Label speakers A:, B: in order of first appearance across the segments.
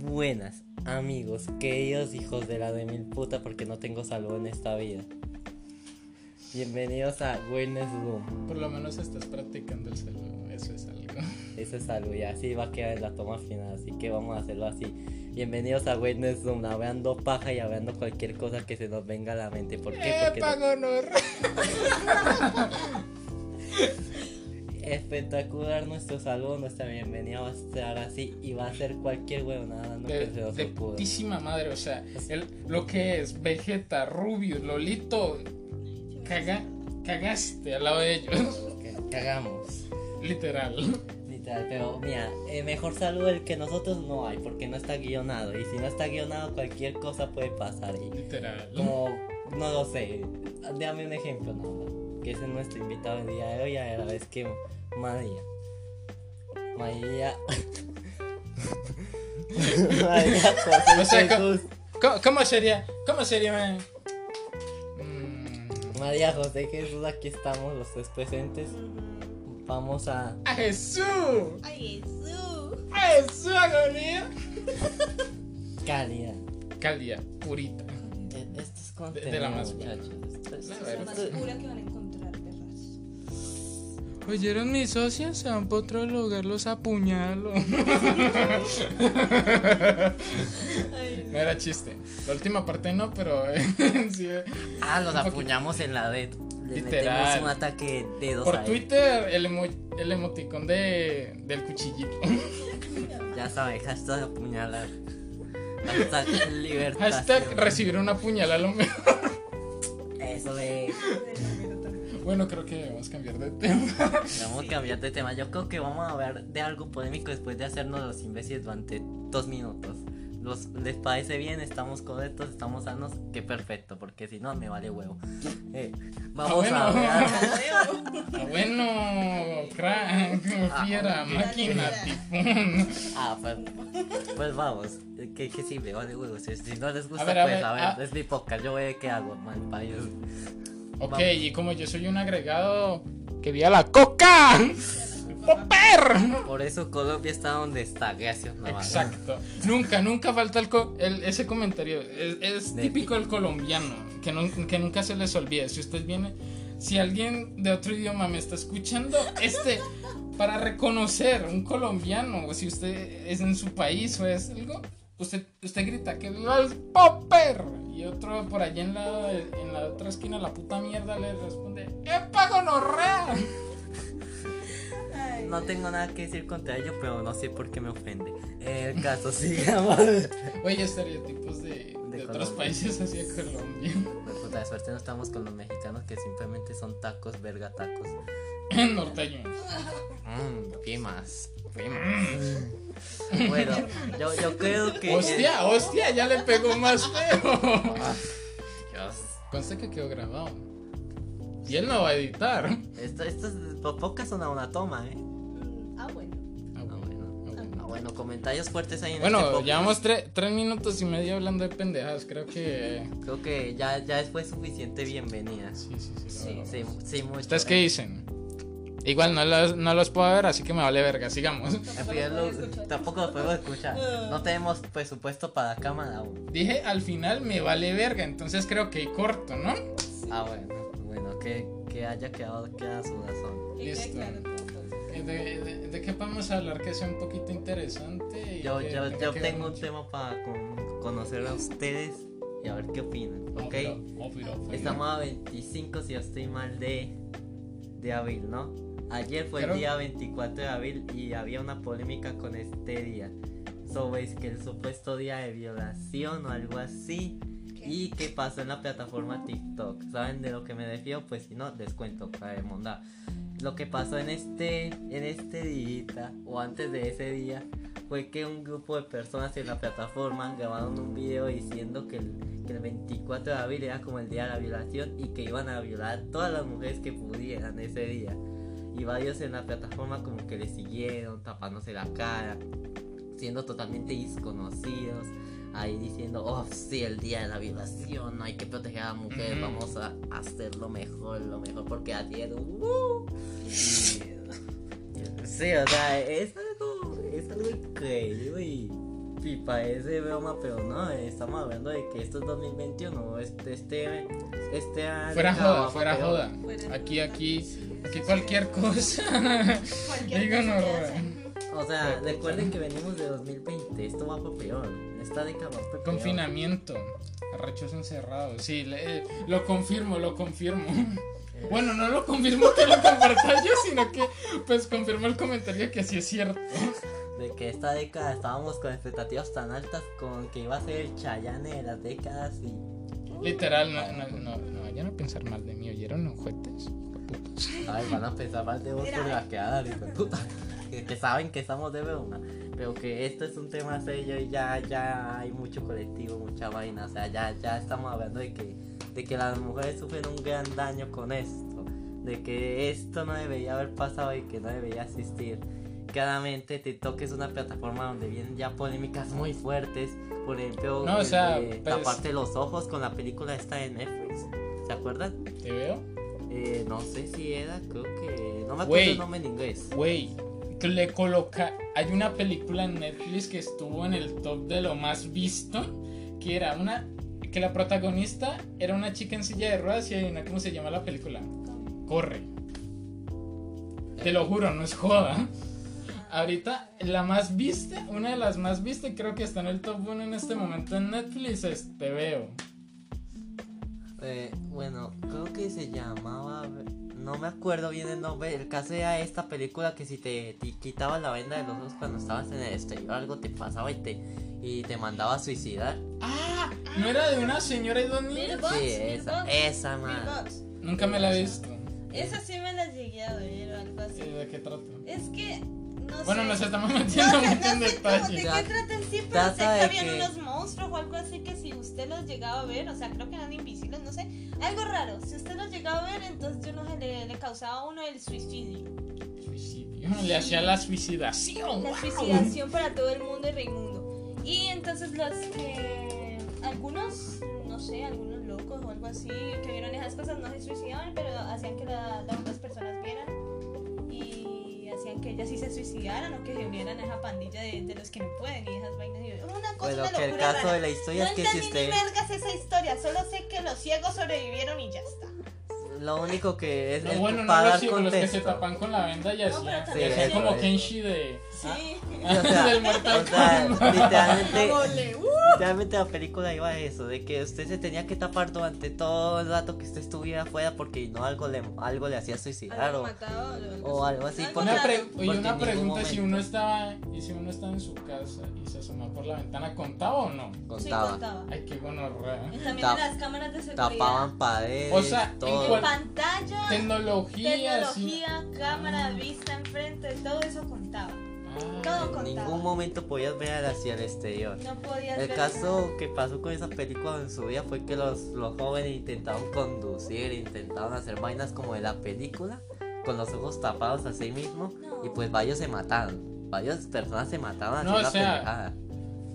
A: buenas, amigos, queridos hijos de la de mil puta porque no tengo salud en esta vida. Bienvenidos a Wellness Room.
B: Por lo menos estás practicando el saludo, eso es algo.
A: Eso es algo y así va a quedar en la toma final, así que vamos a hacerlo así. Bienvenidos a Wellness Room, hablando paja y hablando cualquier cosa que se nos venga a la mente. ¿Por qué? Porque no-
B: ¡Epa, gonorrea!
A: espectacular nuestro saludo, nuestra bienvenida va a estar así y va a ser cualquier huevonada no
B: De,
A: que se nos
B: de
A: ocurra.
B: putísima madre, o sea, el, lo que es Vegeta, Rubio, Lolito, caga, cagaste al lado de ellos,
A: Que Cagamos.
B: literal.
A: Literal, pero mira, eh, mejor saludo el que nosotros no hay, porque no está guionado. Y si no está guionado, cualquier cosa puede pasar. Y
B: Literal.
A: como, no lo sé, déjame un ejemplo nada más, Que ese es nuestro invitado el día de hoy, a la vez que María. María. María José
B: O sea,
A: Jesús.
B: ¿Cómo, cómo sería? ¿Cómo sería? man? Mm,
A: María José Jesús, aquí estamos los tres presentes. Vamos a.
B: ¡A Jesús!
C: Ay, Jesús.
B: ¡A Jesús, agonía!
A: Calidad.
B: Calidad, purita.
A: Eh, Esto es
B: de
A: contenido,
B: la más buena.
A: muchachos. Esto es-
B: La
C: Es la más
A: esto es-
C: pura que van a encontrar, perras.
B: ¿Oyeron mis socios? Se van para otro lugar, los apuñalo.
C: Ay,
B: No era chiste. La última parte no, pero eh, sí, eh.
A: Ah, los
B: poquito.
A: apuñamos en la red. Le
B: Literal.
A: metemos un ataque de dos
B: Por
A: a él.
B: Twitter, el, emo- el emoticón de, del cuchillito.
A: Ya saben, hashtag apuñalar. Hashtag libertad.
B: Hashtag recibir una puñalada a lo mejor.
A: Eso es.
B: Bueno, creo que vamos a cambiar de tema.
A: Vamos a cambiar de tema. Yo creo que vamos a hablar de algo polémico después de hacernos los imbéciles durante dos minutos. Los, ¿Les parece bien? ¿Estamos correctos? ¿Estamos sanos? Qué perfecto, porque si no, me vale huevo. Eh, vamos
B: bueno.
A: a hablar.
B: Ah, bueno, crack, fiera,
A: Ah, ok.
B: máquina, tifón.
A: Ah, pues, pues vamos. Que, que sí, me vale huevo. Si, si no les gusta,
B: A ver, a
A: pues
B: ver,
A: a ver,
B: ah.
A: es mi podcast. Yo veo qué hago, mal país.
B: Ok, y como yo soy un agregado que vi a la coca. ¡Popper!
A: Por eso Colombia está donde está, gracias, Navarro.
B: Exacto. Nunca, nunca falta el co- el- ese comentario. Es, es
A: De-
B: típico el colombiano, que, nun- que nunca se les olvide. Si usted viene, si alguien de otro idioma me está escuchando, este, para reconocer un colombiano, o si usted es en su país o es algo, usted, usted grita que viva el popper. Y otro por allá en la, en la otra esquina, la puta mierda, le responde, ¡Epa, gonorrea!
C: ay.
A: No tengo nada que decir contra ello, pero no sé por qué me ofende. El caso, sigamos.
B: Oye, estereotipos de, de, otros
A: Colombia.
B: países hacia Colombia.
A: Pues, puta de suerte no estamos con los mexicanos que simplemente son tacos, verga tacos.
B: Norteño.
A: Mmm, ¿qué más? ¿Qué más? Bueno, yo, yo creo que.
B: Hostia, hostia, ya le pegó más feo.
A: Ah, Dios.
B: Conste que quedó grabado. Y él no va a editar. Ah,
A: Esto, esto es po- pocas son a una toma, ¿eh?
C: Ah, bueno.
B: Ah,
A: Ah,
B: bueno.
A: bueno.
B: Ah, bueno.
A: Ah, bueno, comentarios fuertes ahí en este
B: Bueno,
A: podcast.
B: llevamos tre- tres minutos y medio hablando de pendejadas. Creo que. eh,
A: Creo que ya, ya fue suficiente bienvenida.
B: Sí, sí, sí. lo
A: Sí,
B: grabamos.
A: sí, sí, mucho. ¿eh?
B: ¿Ustedes qué dicen? Igual no los, no los puedo ver, así que me vale verga. Sigamos.
A: En fin, lo- tampoco lo podemos escuchar. No tenemos presupuesto para cámara aún.
B: Dije al final me vale verga, entonces creo que corto, ¿no?
A: Ah, bueno. Bueno, que, que haya quedado queda su razón.
C: Que quede
B: Listo.
C: claro todo.
B: ¿De, Eh, de, de qué podemos hablar que sea un poquito interesante? y
A: Yo,
B: que
A: yo,
B: tenga
A: yo
B: que ver
A: tengo un
B: mucho?
A: tema para con- conocer a ustedes y a ver qué opinan, ¿ok?
B: Obvio, obvio, obvio.
A: Estamos a 25, si yo estoy mal, de, de abril, ¿no? Ayer fue
B: Creo-
A: el día 24 de abril y había una polémica con este día. Sobre es que el supuesto día de violación o algo así. ¿Y qué pasó en la plataforma TikTok? ¿Saben de lo que me refiero? Pues si no, les cuento para demandar. Lo que pasó en este, en este día, o antes de ese día, fue que un grupo de personas en la plataforma grabaron un video diciendo que el, que el 24 de abril era como el día de la violación y que iban a violar a todas las mujeres que pudieran ese día. Y varios en la plataforma como que le siguieron, tapándose la cara, siendo totalmente desconocidos ahí diciendo, oh, sí, el día de la violación, hay que proteger a la mujer,
B: Ujú.
A: vamos a hacer lo mejor, lo mejor, porque ayer, uh, y- sí, o sea, es algo, es algo increíble y Y parece broma, pero no, eh, estamos hablando de que esto es 2021. Este, este, este año
B: Fuera joda,
A: trabajo,
B: fuera
A: pero-
B: joda.
C: Fuera de
B: Aquí,
C: joda.
B: aquí,
C: Sí,
B: aquí
C: eso
B: cualquier
C: sí.
B: cosa.
C: Cualquier
B: Digo,
C: cosa
B: no,
C: que
B: re-
C: hacen.
A: O sea,
B: Pero-
A: recuerden que venimos de 2020. Esto va por peor. Esta década va por peor.
B: Confinamiento. Arrechos encerrados. Sí, le- eh, lo confirmo, lo confirmo.
A: Eh,
B: Bueno, no lo confirmo que lo comparta yo, sino que pues confirmo el comentario que sí es cierto.
A: De que esta década estábamos con expectativas tan altas con que iba a ser el Chayane de las décadas y.
B: Literal, no, no, no, no vayan a pensar mal de mí, ¿oyeron, ojetes? Putas.
A: Ay, van a pensar más de vos
C: Mira.
A: por la quedada, hijo de puta. Que, que saben que estamos de broma. Pero que esto es un tema serio y ya, ya hay mucho colectivo, mucha vaina. O sea, ya, ya estamos hablando de que, de que las mujeres sufren un gran daño con esto. De que esto no debería haber pasado y que no debería existir. Claramente TikTok es una plataforma donde vienen ya polémicas muy fuertes. Por ejemplo,
B: No, o
A: el
B: sea,
A: de
B: pues-
A: taparte los ojos con la película esta de Netflix. ¿Se acuerdan?
B: ¿Te veo?
A: Eh, no sé si era, creo que. No me acuerdo
B: Güey.
A: el nombre en inglés.
B: Güey, que le coloca. Hay una película en Netflix que estuvo en el top de lo más visto. Que era una. Que la protagonista era una chica en silla de ruedas y adivina cómo se llama la película. Corre. Te lo juro, no es joda. Ahorita la más vista, una de las más vistas, y creo que está en el top 1 en este momento en Netflix, es Te veo.
A: Eh, bueno, creo que se llamaba. No me acuerdo bien el nombre. El caso era esta película que si te, te quitabas la venda de los ojos cuando estabas en el exterior, algo te pasaba y te, y te mandaba a suicidar.
B: Ah, no era de una señora y dos niños.
C: Box,
A: sí,
C: Bill
A: esa,
C: Box,
A: esa,
C: Bill
A: man.
C: Box.
B: Nunca me la he visto.
C: Esa sí me la llegué a oír o algo así.
B: Eh, ¿De qué trata?
C: Es que no
B: Bueno,
C: sé.
B: nos estamos
C: No,
B: metiendo
C: sé,
B: mucho en
C: no sé cómo, de
B: detalles.
C: qué
A: Ya.
C: trata en sí, pero sé
A: Trata
C: que
A: de
C: habían
A: que-
C: unos monstruos o algo así que si usted los llegaba a ver, o sea, creo que eran invisibles, no sé, algo raro. Si usted los llegaba a ver, entonces yo no sé, le, le causaba a uno el suicidio.
B: Suicidio. Le hacía la suicidación.
C: La
B: ¡Wow!
C: suicidación para todo el mundo y Raimundo. Y entonces los que algunos, no sé, algunos locos o algo así que vieron esas cosas no se suicidaban, pero hacían que la- las otras personas vieran y hacían que ellas sí se suicidaran o que se unieran a esa pandilla de, de los que no pueden y esas vainas. Y una cosa,
A: Bueno,
C: una
A: que el
C: locura
A: caso
C: rara.
A: de la historia
C: no
A: es que si
C: entendí
A: usted.
C: ni vergas esa historia, solo sé que los ciegos sobrevivieron y ya está.
A: Lo único que es.
B: Lo
A: el-
B: bueno, no
A: para
B: los
A: dar
B: ciegos, los que se
A: contexto.
B: tapan con la venda y así.
C: pero
B: y
C: también
B: así
A: eso,
B: como
A: eso.
B: Kenshi de.
C: Sí.
A: O sea,
B: del Mortal
A: o sea,
B: Kombat.
A: literalmente.
C: Ole, uh.
A: Realmente la película iba a eso, de que usted se tenía que tapar durante todo el rato que usted estuviera afuera porque no algo le, algo le hacía suicidar
C: Algo
A: o,
C: matado,
A: o algo así. porque-
B: Una, pre-
A: porque
B: oye,
A: en
B: una
A: ningún
B: pregunta: si
A: momento
B: uno, estaba, y si uno estaba en su casa y se asomó por la ventana, ¿contaba o no?
C: Sí,
A: contaba.
C: contaba.
B: Ay, qué gonorrea.
C: Y también
A: Tap-
C: en las cámaras de seguridad.
A: Tapaban paredes,
B: O sea, en
C: En
A: todo.
B: cual-
C: pantalla,
B: Tecnología, sí.
C: tecnología, cámara, vista enfrente, todo eso contaba.
B: Ah,
C: Todo
A: En
C: contaba.
A: ningún momento podías ver hacia el exterior.
C: No podías
A: El
C: ver
A: caso que pasó con esa película en su vida fue que los, los jóvenes intentaron conducir, intentaron hacer vainas como de la película, con los ojos tapados a sí mismo,
C: No.
A: y pues varios se mataron. Varias personas se mataron
B: No,
A: haciendo
B: o
A: la
B: sea,
A: pendejada.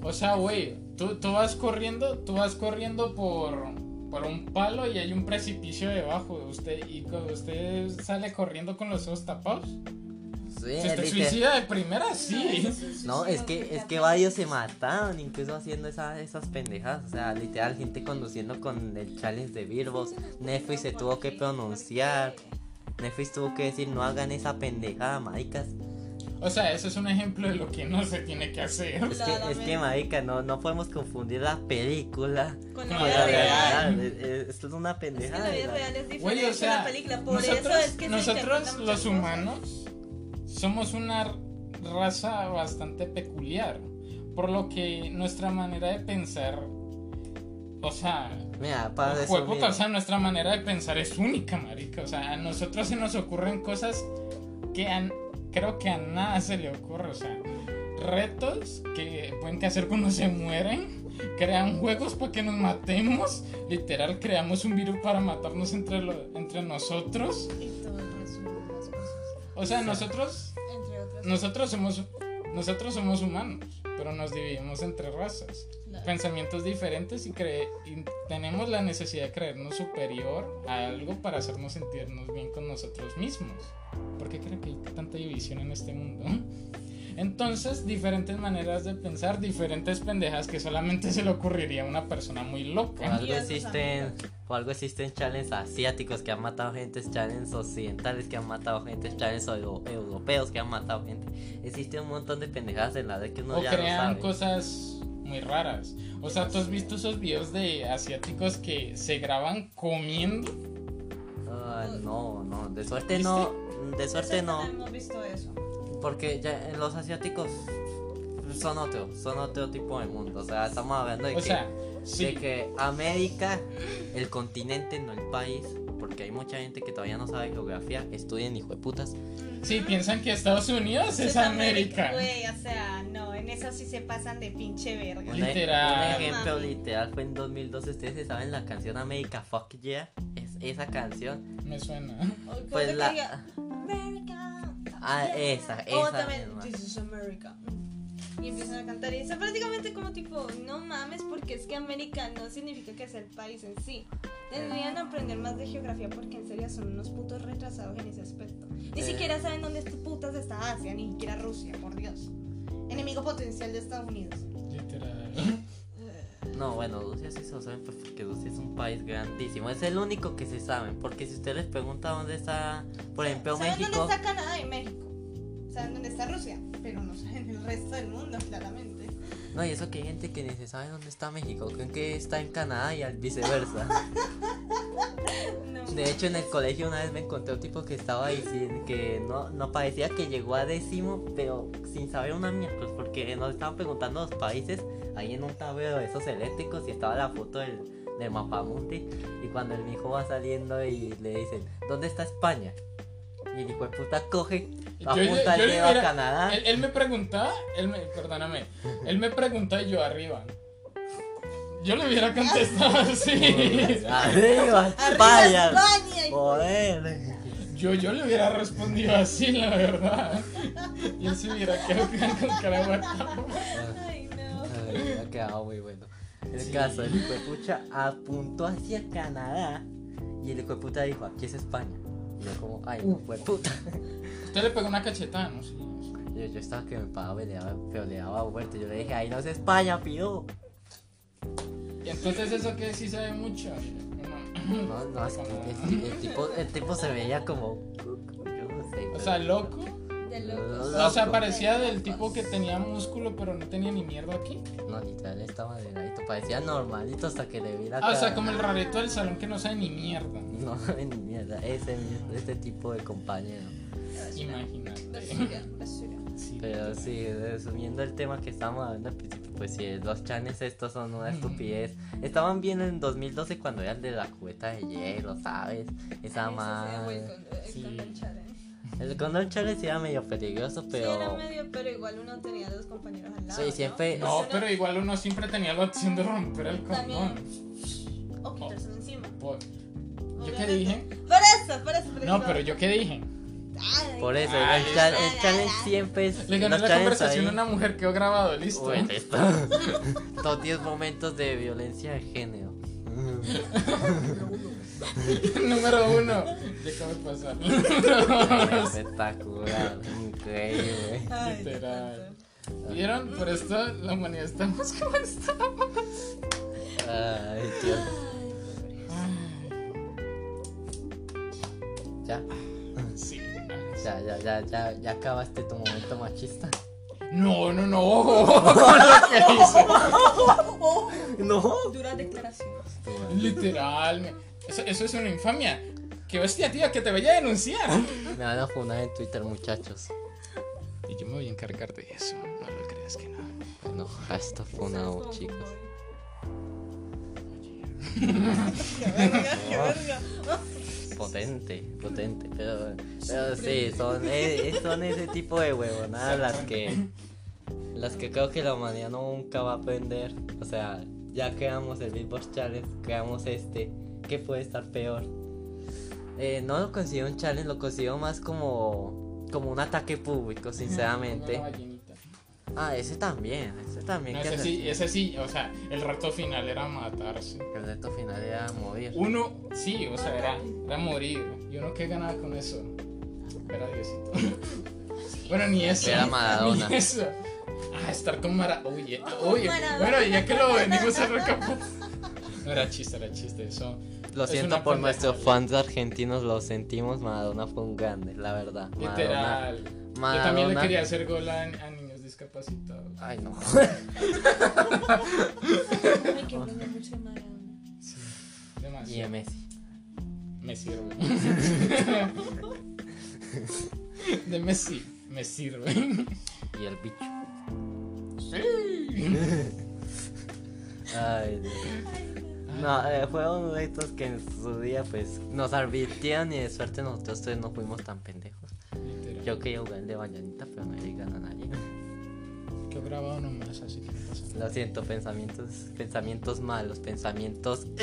B: O sea, güey, tú, tú vas corriendo, tú vas corriendo por, por un palo y hay un precipicio debajo. Usted, y co- usted sale corriendo con los ojos tapados.
A: Sí,
B: Si te
A: literal-
B: suicida de primera,
C: nada.
B: sí.
C: eso sí,
A: No,
C: sí,
A: es
C: no,
A: que, es
C: está
A: que
C: mal.
A: varios se mataron, incluso haciendo esa- esas pendejadas. O sea, literal, gente conduciendo con el challenge de Birbos. Netflix se tuvo que pronunciar. Netflix tuvo que decir: no hagan esa pendejada, maricas.
B: O sea, ese es un ejemplo de lo que no se tiene que hacer.
A: Es que, es que marica, no, no podemos confundir la película
C: Con
B: No,
C: la
A: con
C: vida
A: la
C: real.
A: realidad. Es- es- Esto es una
C: Es que
A: pendejada.
C: la vida
A: ¿verdad?
C: real es diferente
B: Güey, o
C: a
B: sea,
C: la película. Por
B: nosotros,
C: eso es que se
B: nosotros
C: interpretan
B: los
C: muchas
B: humanos somos una raza bastante peculiar. Por lo que nuestra manera de pensar, o sea,
A: Mira, para
B: Fue puta, o
A: resumir,
B: sea, nuestra manera de pensar es única, marica. O sea, a nosotros se nos ocurren cosas que a- creo que a nada se le ocurre. O sea, retos que pueden que hacer cuando se mueren. Crean juegos para que nos matemos. Literal, creamos un virus para matarnos entre, lo- entre nosotros.
C: cosas. Y todo el resumen de las cosas,
B: O sea, nosotros,
C: entre otras
B: nosotros, somos, nosotros somos humanos, pero nos dividimos entre razas
C: cosas.
B: pensamientos diferentes y, cre- y tenemos la necesidad de creernos superior a algo para hacernos sentirnos bien con nosotros mismos. ¿Por qué creo que hay tanta división en este mundo? Entonces, diferentes maneras de pensar, diferentes pendejas que solamente se le ocurriría a una persona muy
A: Por
B: loca.
A: algo
C: Dios nos
A: existen,
C: amiga.
A: por algo existen challenges asiáticos que han matado gente, challenges occidentales que han matado gente, challenges euro- europeos que han matado gente. Existe un montón de pendejadas en la de que uno
B: o
A: ya no
B: crean
A: sabe.
B: cosas muy raras. O sea, ¿tú has visto esos videos de asiáticos que se graban comiendo?
A: Ah, no, no, de suerte no, de suerte
C: Nosotros
A: no,
C: hemos visto eso.
A: porque ya los asiáticos son otro, son otro tipo de mundo. O sea, estamos hablando de
B: O
A: que
B: sea,
A: de
B: sí.
A: que América, el continente, no el país, porque hay mucha gente que todavía no sabe geografía, estudien hijo de putas.
B: Sí, piensan que Estados Unidos es
C: Eso
B: América.
C: Güey, o sea, no, en eso sí se pasan de pinche verga.
A: Un e-
B: Literal.
A: Un ejemplo
C: Mami.
A: literal fue en 2012. Ustedes se saben la canción América Fuck Yeah. Es esa canción.
B: Me suena.
C: O como
A: Pues
C: que
A: la-
C: diga, America.
A: Ah, esa,
C: O
A: esa
C: también,
A: misma.
C: This is America. Y empiezan a cantar. Y es prácticamente como tipo, no mames, porque es que América no significa que sea el país en sí. Deberían
A: Eh.
C: aprender más de geografía porque en serio son unos putos retrasados en ese aspecto. Ni
A: Eh.
C: siquiera saben dónde est- putas está Asia, ni siquiera Rusia, por Dios. Enemigo potencial de Estados Unidos.
B: Literal.
A: No, bueno, Rusia sí se lo saben pues, porque Rusia es un país grandísimo. Es el único que se saben. Porque si usted les pregunta dónde está, por ejemplo,
C: ¿Saben
A: México.
C: dónde está Canadá y México? ¿Saben dónde está Rusia? Pero no saben el resto del mundo, claramente.
A: No, y eso que hay gente que ni se sabe dónde está México. Creen que está en Canadá y al viceversa.
C: No.
A: De hecho, en el colegio una vez me encontré un tipo que estaba diciendo que no, no parecía que llegó a décimo, pero sin saber una miércoles, porque nos estaban preguntando los países ahí en un tablero de esos eléctricos y estaba la foto del, del mapamundi. Y cuando el mijo va saliendo y le dicen, ¿dónde está España? Y el hijo de puta coge,
B: Yo- yo-
A: apunta
B: yo
A: el
B: le-
A: dedo a
B: mira,
A: Canadá.
B: Él, él me preguntaba, él me, perdóname, él me preguntaba y yo arriba. Yo le hubiera contestado así.
A: Arriba,
C: ¡Arriba
A: España.
C: España! hijo de-
A: Joder.
B: Yo, yo le hubiera respondido así, la verdad. Yo se hubiera quedado con cara guardada.
C: Ay, no.
A: Ay, ha quedado muy bueno. El
B: Sí.
A: caso, el hijo de pucha apuntó hacia Canadá y el hijo de puta dijo, aquí es España. Y yo como, ay, no fue puta.
B: Usted le pegó una cachetada, no sé.
A: Yo, yo estaba que me pagaba, le daba, pero le daba fuerte. Yo le dije, ahí no es España, pido.
B: Y entonces eso que sí sabe mucho. ¿no?
A: No, no, es que el, el tipo, el tipo se veía como, yo no sé.
B: O sea,
A: pero-
B: loco.
C: De locos.
B: O sea, parecía del tipo que tenía músculo, pero no tenía ni mierda aquí.
A: No, literal, estaba delgadito. Parecía normalito hasta que le vi la
B: Ah, o sea,
A: cara.
B: como el rarito del salón que no sabe ni mierda.
A: No, ni mierda, ese, este tipo de compañero.
B: Imagínate.
C: Basura, basura.
B: Sí,
A: Pero
B: literal.
A: sí, resumiendo el tema que estábamos hablando al principio, pues sí, los chanes estos son una estupidez. Estaban bien en 2012 cuando era el de la cubeta de hielo, ¿sabes?
C: Ah,
A: Esa
C: Eso sea, güey,
A: madre.
C: con- eh,
B: Sí.
C: con Don Charen.
A: El condón chale sí era medio peligroso,
C: Sí, era
A: pero...
C: medio, pero igual uno tenía dos compañeros al lado.
A: Sí,
C: ¿no?
A: siempre-
B: No,
C: Eso
B: pero igual uno siempre tenía la opción de romper el condón.
C: También. O quitárselo encima.
B: Por- ¿Yo qué
C: obviamente.
B: dije?
C: Por eso, por eso. por
B: No,
C: eso.
B: pero ¿yo qué dije?
C: Ay,
A: Por eso,
B: Ah,
A: el,
B: listo.
A: chal- el challenge siempre es...
B: Le gané
A: los
B: la
A: challenges
B: conversación
A: ahí-
B: a una mujer, quedó grabado, listo.
A: Uy, listo. Los 10 momentos de violencia de género.
B: Número uno. Déjame pasar.
A: Espectacular, increíble.
C: Ay,
B: Literal.
C: tanto.
B: ¿Vieron? Por esto la humanidad estamos como está.
A: Ay, Dios. Ya.
B: Sí.
A: Ya, ya, ya, ya, ya acabaste tu momento machista.
B: No, no, no. ojo, con lo que hice.
A: No.
C: Duras declaraciones.
B: Literal. me- Eso, eso es una infamia. Qué bestia, tía, que te vaya a denunciar.
A: Me van a funar en Twitter, muchachos.
B: Y yo me voy a encargar de eso. No lo creas que no.
A: Bueno, hasta
C: Eso es
A: funado,
C: como
A: chicos.
C: Qué verga, qué verga.
A: Potente, potente. Pero, pero sí, son, eh, eh, son ese tipo de huevonadas las que. Las que creo que la humanidad nunca va a aprender. O sea, ya creamos el Beatbox Challenge, creamos este. ¿Qué puede estar peor? Eh, no lo considero un challenge, lo considero más como. Como un ataque público, sinceramente.
B: Una ballenita.
A: Ah, ese también, ese también.
B: No,
A: que
B: ese
A: se-
B: sí, ese sí, o sea, el reto final era matarse.
A: El reto final era morir.
B: Uno, sí, o sea, era, era morir. Y uno que ganaba con eso. Era Diosito. Bueno, ni eso.
A: Ver a Maradona.
B: Ni eso. Ah, estar con Mara. Oye,
C: Oh,
B: oye.
C: Maradona.
B: Bueno, ya que lo venimos a recapar. No era chiste, era chiste. Eso.
A: Lo
B: Es
A: siento
B: una
A: por
B: pendeja.
A: nuestros fans argentinos, lo sentimos. Maradona fue un grande, la verdad. Maradona.
B: Literal. Yo también le
A: Maradona.
B: quería hacer gol a, a niños discapacitados.
A: Ay, no.
C: Ay, que bueno, mucho de Maradona.
B: Sí.
A: Y a
B: Demasiado.
A: Messi.
B: Me sirve. De Messi. Me sirve.
A: Y el bicho.
B: Sí.
A: Ay, Dios.
B: Ah,
A: No, eh, fueron retos que en su día pues nos advirtieron y de suerte nosotros tres no fuimos tan pendejos.
B: Literal.
A: Yo quería jugar el de bañanita, pero no le gana a nadie.
B: Yo he grabado nomás, así que no pasa nada.
A: Lo siento, pensamientos, pensamientos malos, pensamientos.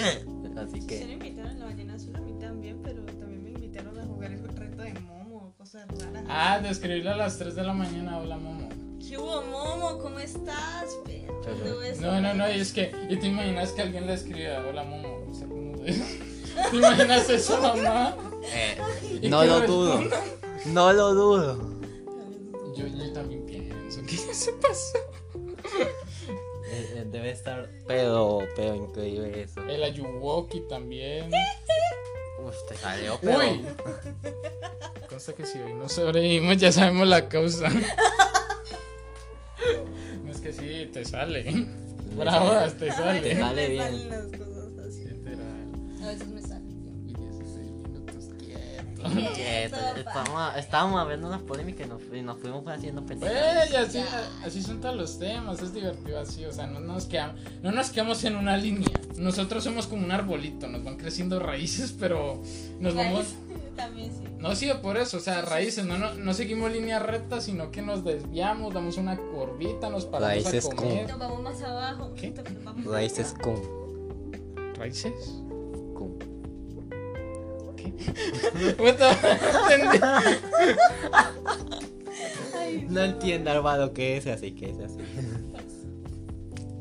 A: Así
D: Sí, me
A: que.
D: invitaron a la ballena azul a mí también, pero también me invitaron a jugar el reto de Momo, cosas raras.
B: Ah, de escribirle a las 3 de la mañana, hola Momo.
C: ¿Qué hubo, Momo? ¿Cómo estás? Pero
A: Pero-
C: es-
B: No, no, no, y es que, ¿y te imaginas que alguien le escriba hola Momo? O sea, como de- ¿Te imaginas eso, mamá?
A: eh,
B: ¿Y
A: no
B: qué
A: lo
B: responde?
A: dudo. No lo dudo.
B: Yo, yo también pienso que ya se pasó.
A: Eh, eh, Debe estar. Pero, pero increíble eso.
B: El Ayuwoki también.
A: Uf, te salió, pero.
B: Uy. Consta que si hoy no sobrevivimos, ya sabemos la causa. No es que sí, te sale. Bravas, te
A: Te
B: sale.
A: sale
D: Me
A: bien.
D: salen las cosas así.
B: Literal.
C: A veces me sale.
B: Uy, 16 minutos quieto.
A: Quieto, Estábamos, estábamos hablando unas polémicas y nos, fu- y nos fuimos haciendo pendejadas.
B: Pues, así, así son todos los temas, es divertido así, o sea, no nos, quedamos, no nos quedamos en una línea. Nosotros somos como un arbolito, nos van creciendo raíces, pero nos vamos...
C: También sí.
B: No, sí, por eso, o sea, raíces, no, no, no seguimos línea recta, sino que nos desviamos, damos una curvita, nos paramos
A: Raíces
B: a comer.
C: Nos vamos más abajo.
B: ¿Qué?
C: Nos vamos más
A: Raíces
C: abajo.
A: cum.
B: ¿Raíces?
A: cum.
B: What the- entendí.
A: No entiendo, Armado, qué es así, que es así.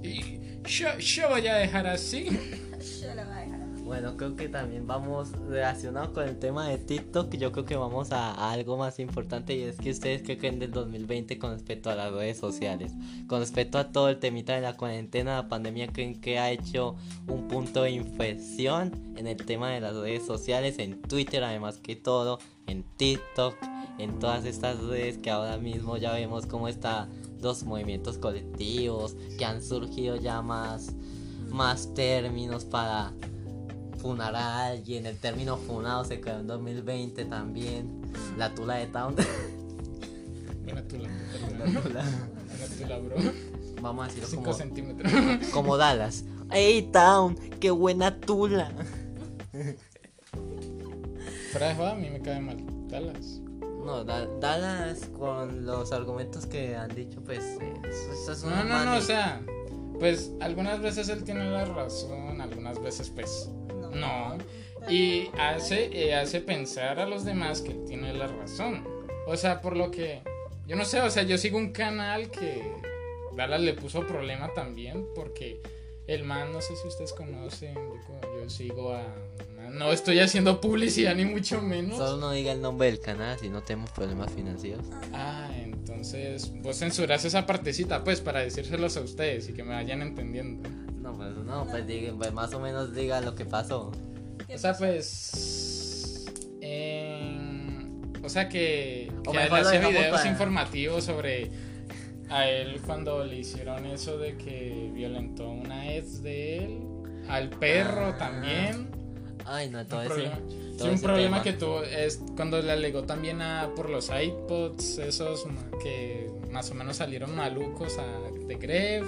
B: Y yo, yo voy a dejar así.
C: Yo la voy a dejar.
A: Bueno, creo que también vamos relacionado con el tema de TikTok. Yo creo que vamos a, a algo más importante y es que ustedes qué creen del 2020 con respecto a las redes sociales. Con respecto a todo el temita de la cuarentena, la pandemia, creen que ha hecho un punto de inflexión en el tema de las redes sociales, en Twitter, además que todo, en TikTok, en todas estas redes que ahora mismo ya vemos cómo están los movimientos colectivos que han surgido ya más más términos para funar a alguien. El término funado se quedó en 2020 también.
B: Mm.
A: La tula de Town.
B: Mira tú la,
A: La tula.
B: mira tú la, bro.
A: Vamos a decirlo
B: 5
A: como,
B: centímetros.
A: como Dallas. ¡Ey, Town! ¡Qué buena tula!
B: Fuera de joda, a mí me cae mal. Talas.
A: No, Da- Dallas con los argumentos que han dicho, pues. eh, Eso, eso es
B: No,
A: una
B: no, no,
A: mani-
B: o sea, pues algunas veces él tiene la razón, algunas veces pues no. Y hace, eh, hace pensar a los demás que él tiene la razón. O sea, por lo que, yo no sé, o sea, yo sigo un canal que Dallas le puso problema también porque el man, no sé si ustedes conocen, yo, co- yo sigo a... No estoy haciendo publicidad ni mucho menos.
A: Solo no diga el nombre del canal si no tenemos problemas financieros.
B: Ah, entonces vos censurás esa partecita pues para decírselos a ustedes y que me vayan entendiendo.
A: No, pues no, pues, diga- pues más o menos diga lo que pasó.
B: O sea, pues. em, o sea, que,
A: O
B: que él
A: mejor lo
B: hace
A: dejamos
B: videos
A: para-
B: informativos sobre a él cuando le hicieron eso de que violentó a una ex de él, al perro
A: Ah,
B: también.
A: Ay, no, todo
B: un
A: ese.
B: problema, sí,
A: todo
B: un
A: ese tema.
B: problema que tuvo es cuando le alegó también a, por los iPods, esos ma- que más o menos salieron malucos a, de Gref,